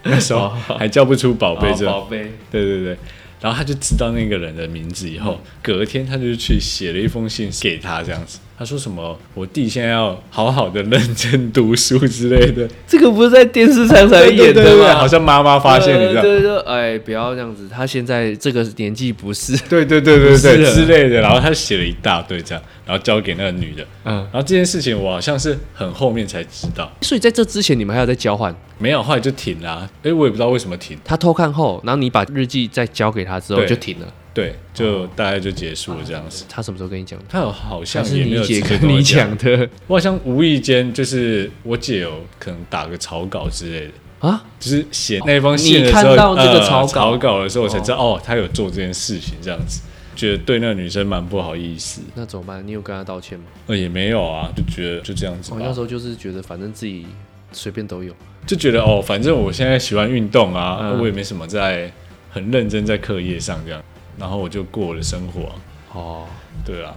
[SPEAKER 1] 那时候还叫不出啊宝贝这
[SPEAKER 2] 哦宝贝，
[SPEAKER 1] 对对对。然后他就知道那个人的名字以后，
[SPEAKER 2] 嗯
[SPEAKER 1] 隔天他就去写了一封信给他，这样子。他说什么？我弟现在要好好的认真读书之类的，
[SPEAKER 2] 这个不 是在电视上才会
[SPEAKER 1] 对对
[SPEAKER 2] 演
[SPEAKER 1] 对
[SPEAKER 2] 的
[SPEAKER 1] 对
[SPEAKER 2] 吗？
[SPEAKER 1] 好像妈妈发现你这
[SPEAKER 2] 对
[SPEAKER 1] 样，
[SPEAKER 2] 对对，哎，不要这样子，他现在这个年纪不是，
[SPEAKER 1] 对对对 对
[SPEAKER 2] 是
[SPEAKER 1] 对
[SPEAKER 2] 的
[SPEAKER 1] 之类的。然后他写了一大堆这样，然后交给那个女的。
[SPEAKER 2] 嗯，
[SPEAKER 1] 然后这件事情我好像是很后面才知道，
[SPEAKER 2] 所以在这之前你们还有在交换，
[SPEAKER 1] 没有，后来就停啦、诶，我也不知道为什么停，
[SPEAKER 2] 他偷看后，然后你把日记再交给他之后
[SPEAKER 1] 对
[SPEAKER 2] 就停了，
[SPEAKER 1] 对，就大概就结束了这样子。
[SPEAKER 2] 他什么时候跟你讲的？
[SPEAKER 1] 他有好
[SPEAKER 2] 还
[SPEAKER 1] 像
[SPEAKER 2] 是
[SPEAKER 1] 也没
[SPEAKER 2] 你
[SPEAKER 1] 有
[SPEAKER 2] 姐
[SPEAKER 1] 直接
[SPEAKER 2] 跟
[SPEAKER 1] 我
[SPEAKER 2] 你
[SPEAKER 1] 讲
[SPEAKER 2] 讲 的
[SPEAKER 1] 我好像无意间就是我姐有可能打个草稿之类的，
[SPEAKER 2] 啊？
[SPEAKER 1] 就是写那封信的时候，
[SPEAKER 2] 你看到这个草稿
[SPEAKER 1] 呃、草稿的时候，我才知道哦她有做这件事情，这样子，觉得对那个女生蛮不好意思，
[SPEAKER 2] 那怎么办？你有跟他道歉吗？
[SPEAKER 1] 呃也没有啊，就觉得就这样子
[SPEAKER 2] 我、
[SPEAKER 1] 吧，
[SPEAKER 2] 哦那时候就是觉得反正自己随便都有，
[SPEAKER 1] 就觉得哦，反正我现在喜欢运动啊，
[SPEAKER 2] 嗯
[SPEAKER 1] 我也没什么在很认真在课业上这样，然后我就过我的生活、啊，
[SPEAKER 2] 哦
[SPEAKER 1] 对啊，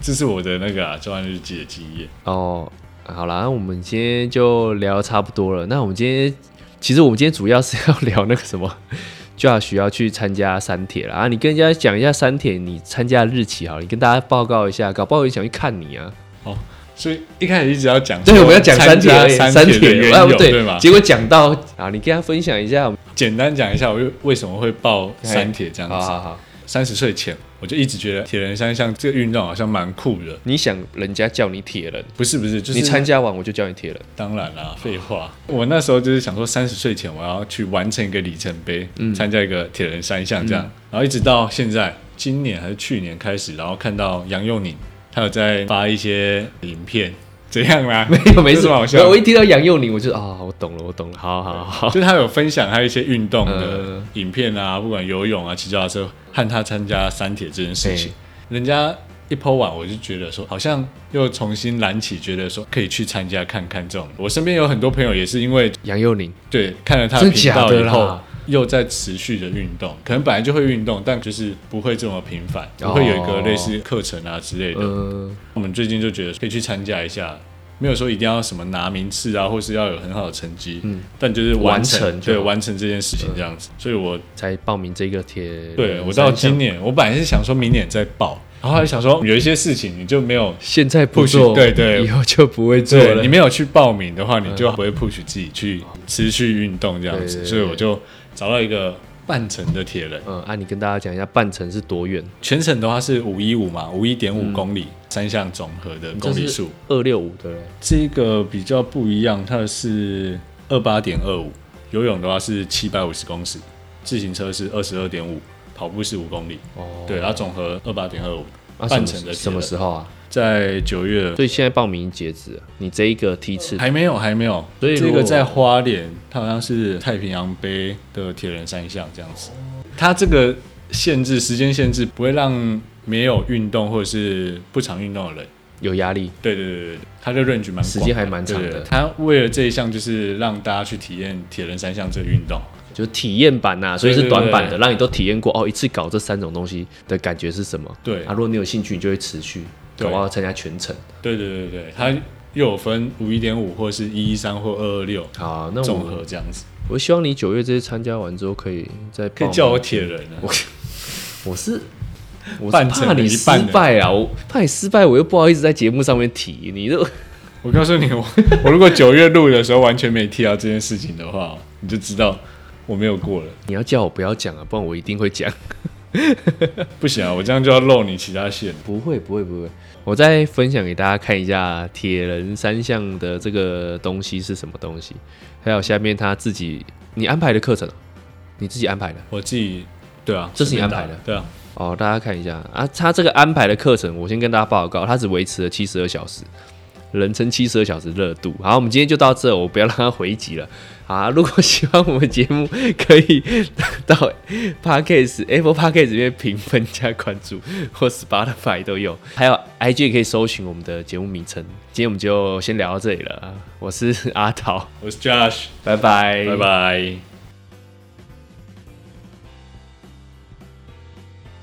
[SPEAKER 1] 这是我的那个啊交换日记的记忆，
[SPEAKER 2] 哦，好啦，那我们今天就聊得差不多了。那我们今天其实我们今天主要是要聊那个什么。Josh 要去参加三铁了啊！你跟人家讲一下三铁，你参加的日期好了，你跟大家报告一下，搞不好有人想去看你啊。
[SPEAKER 1] 所以一开始一直要讲说参加，
[SPEAKER 2] 对，我们要讲三铁而已，
[SPEAKER 1] 三
[SPEAKER 2] 铁
[SPEAKER 1] 的缘
[SPEAKER 2] 啊，
[SPEAKER 1] 由，对
[SPEAKER 2] 对
[SPEAKER 1] 吗？
[SPEAKER 2] 结果讲到啊，你跟他分享一下，
[SPEAKER 1] 简单讲一下，我为为什么会报三铁这样
[SPEAKER 2] 好
[SPEAKER 1] 子。
[SPEAKER 2] 好好，
[SPEAKER 1] 三十岁前，我就一直觉得铁人三项这个运动好像蛮酷的。
[SPEAKER 2] 你想人家叫你铁人，
[SPEAKER 1] 不是不是，就是
[SPEAKER 2] 你参加完我就叫你铁人，
[SPEAKER 1] 当然啦，废话。我那时候就是想说，三十岁前我要去完成一个里程碑，
[SPEAKER 2] 嗯
[SPEAKER 1] 参加一个铁人三项这样。然后一直到现在，今年还是去年开始，然后看到杨佑宁他有在发一些影片，怎样啦？没
[SPEAKER 2] 没有没
[SPEAKER 1] 什
[SPEAKER 2] 事
[SPEAKER 1] 么好笑
[SPEAKER 2] 没有我
[SPEAKER 1] 的。
[SPEAKER 2] 一听到杨佑宁，我就啊，我懂了，我懂了，好好 好，
[SPEAKER 1] 就是他有分享他一些运动的
[SPEAKER 2] 嗯
[SPEAKER 1] 影片啊，不管游泳啊、骑脚踏车，和他参加三铁这件事情
[SPEAKER 2] 嘿，
[SPEAKER 1] 人家一剖完，我就觉得说，好像又重新燃起，觉得说可以去参加看看这种。我身边有很多朋友也是因为
[SPEAKER 2] 杨佑宁，
[SPEAKER 1] 对看了他的
[SPEAKER 2] 真
[SPEAKER 1] 频
[SPEAKER 2] 假
[SPEAKER 1] 道
[SPEAKER 2] 的
[SPEAKER 1] 以后
[SPEAKER 2] 啦，
[SPEAKER 1] 又在持续的运动，可能本来就会运动，但就是不会这么频繁，
[SPEAKER 2] 哦
[SPEAKER 1] 不会有一个类似课程啊之类的。
[SPEAKER 2] 呃，
[SPEAKER 1] 我们最近就觉得可以去参加一下，没有说一定要什么拿名次啊，或是要有很好的成绩，但就是完成
[SPEAKER 2] 嗯完成就
[SPEAKER 1] 对
[SPEAKER 2] 好嗯
[SPEAKER 1] 完成这件事情这样子。所以我
[SPEAKER 2] 才报名这个铁，
[SPEAKER 1] 对我到今，年，我本来是想说明年再报，
[SPEAKER 2] 哦
[SPEAKER 1] 然后还想说有一些事情你就没有。
[SPEAKER 2] 现在不
[SPEAKER 1] 不许
[SPEAKER 2] 做，
[SPEAKER 1] 对对
[SPEAKER 2] 以后就不会做
[SPEAKER 1] 对
[SPEAKER 2] 了
[SPEAKER 1] 你。没有去报名的话，你就不会 push 自己去持续运动这样子，
[SPEAKER 2] 嗯对对对
[SPEAKER 1] 所以我就找到一个半程的铁人，
[SPEAKER 2] 嗯，啊，你跟大家讲一下半程是多远？
[SPEAKER 1] 全程的话是五一五嘛，五一点五公里，三项总和的公里数。
[SPEAKER 2] 二六五的嘞，
[SPEAKER 1] 这个比较不一样，它是二八点二五，游泳的话是七百五十公尺，自行车是二十二点五，跑步是五公里，
[SPEAKER 2] 哦，
[SPEAKER 1] 对，然后总和二八点二五。
[SPEAKER 2] 啊，
[SPEAKER 1] 半
[SPEAKER 2] 什
[SPEAKER 1] 程
[SPEAKER 2] 么
[SPEAKER 1] 的
[SPEAKER 2] 什么时候啊？
[SPEAKER 1] 在九月
[SPEAKER 2] 所以现在报名截止了，你这一个梯次，
[SPEAKER 1] 还没有，还没有，
[SPEAKER 2] 所以如
[SPEAKER 1] 这
[SPEAKER 2] 果
[SPEAKER 1] 个在花莲，它好像是太平洋杯的铁人三项这样子，它这个限制时间限制不会让没有运动或者是不常运动的人
[SPEAKER 2] 有压力，
[SPEAKER 1] 对对对对，它的 range 蛮广的
[SPEAKER 2] 时间还蛮长的
[SPEAKER 1] 对对对它为了这一项，就是让大家去体验铁人三项这个运动。
[SPEAKER 2] 就是体验版呐、所以是
[SPEAKER 1] 对对
[SPEAKER 2] 短版的，
[SPEAKER 1] 对
[SPEAKER 2] 让你都体验过哦，一次搞这三种东西的感觉是什么？
[SPEAKER 1] 对
[SPEAKER 2] 啊，如果你有兴趣，你就会持续，
[SPEAKER 1] 对
[SPEAKER 2] 搞不好参加全程。
[SPEAKER 1] 对对对对，它又有分五一点五或是一一三或二二六
[SPEAKER 2] 好啊，那
[SPEAKER 1] 综合
[SPEAKER 2] 我
[SPEAKER 1] 这样子，
[SPEAKER 2] 我希望你九月这些参加完之后，可以再
[SPEAKER 1] 可
[SPEAKER 2] 报
[SPEAKER 1] 以
[SPEAKER 2] 名
[SPEAKER 1] 叫我铁人啊。
[SPEAKER 2] 我是。我是
[SPEAKER 1] 半程
[SPEAKER 2] 怕你
[SPEAKER 1] 的一
[SPEAKER 2] 失
[SPEAKER 1] 半的
[SPEAKER 2] 败啊！我怕你失败，我又不好意思在节目上面提你都。
[SPEAKER 1] 我告诉你，我我如果九月录的时候完全没提到这件事情的话，你就知道我没有过了。
[SPEAKER 2] 你要叫我不要讲啊，不然我一定会讲。
[SPEAKER 1] 不行啊，我这样就要漏你其他线。
[SPEAKER 2] 不会，不会，不会。我再分享给大家看一下铁人三项的这个东西是什么东西，还有下面他自己你安排的课程哦，你自己安排的。
[SPEAKER 1] 我自己，对啊，
[SPEAKER 2] 这是
[SPEAKER 1] 随
[SPEAKER 2] 你
[SPEAKER 1] 便打
[SPEAKER 2] 安排的
[SPEAKER 1] 对啊，
[SPEAKER 2] 哦，大家看一下啊，他这个安排的课程，我先跟大家报告，他只维持了七十二小时，人称七十二小时热度。好，我们今天就到这，我不要让他回集了。好啊，如果喜欢我们节目，可以 到 Podcast Apple Podcast 里面评分加关注，或 Spotify 都有，还有 IG 也可以搜寻我们的节目名称。今天我们就先聊到这里了，我是阿桃，
[SPEAKER 1] 我是 Josh，
[SPEAKER 2] 拜拜，
[SPEAKER 1] 拜拜。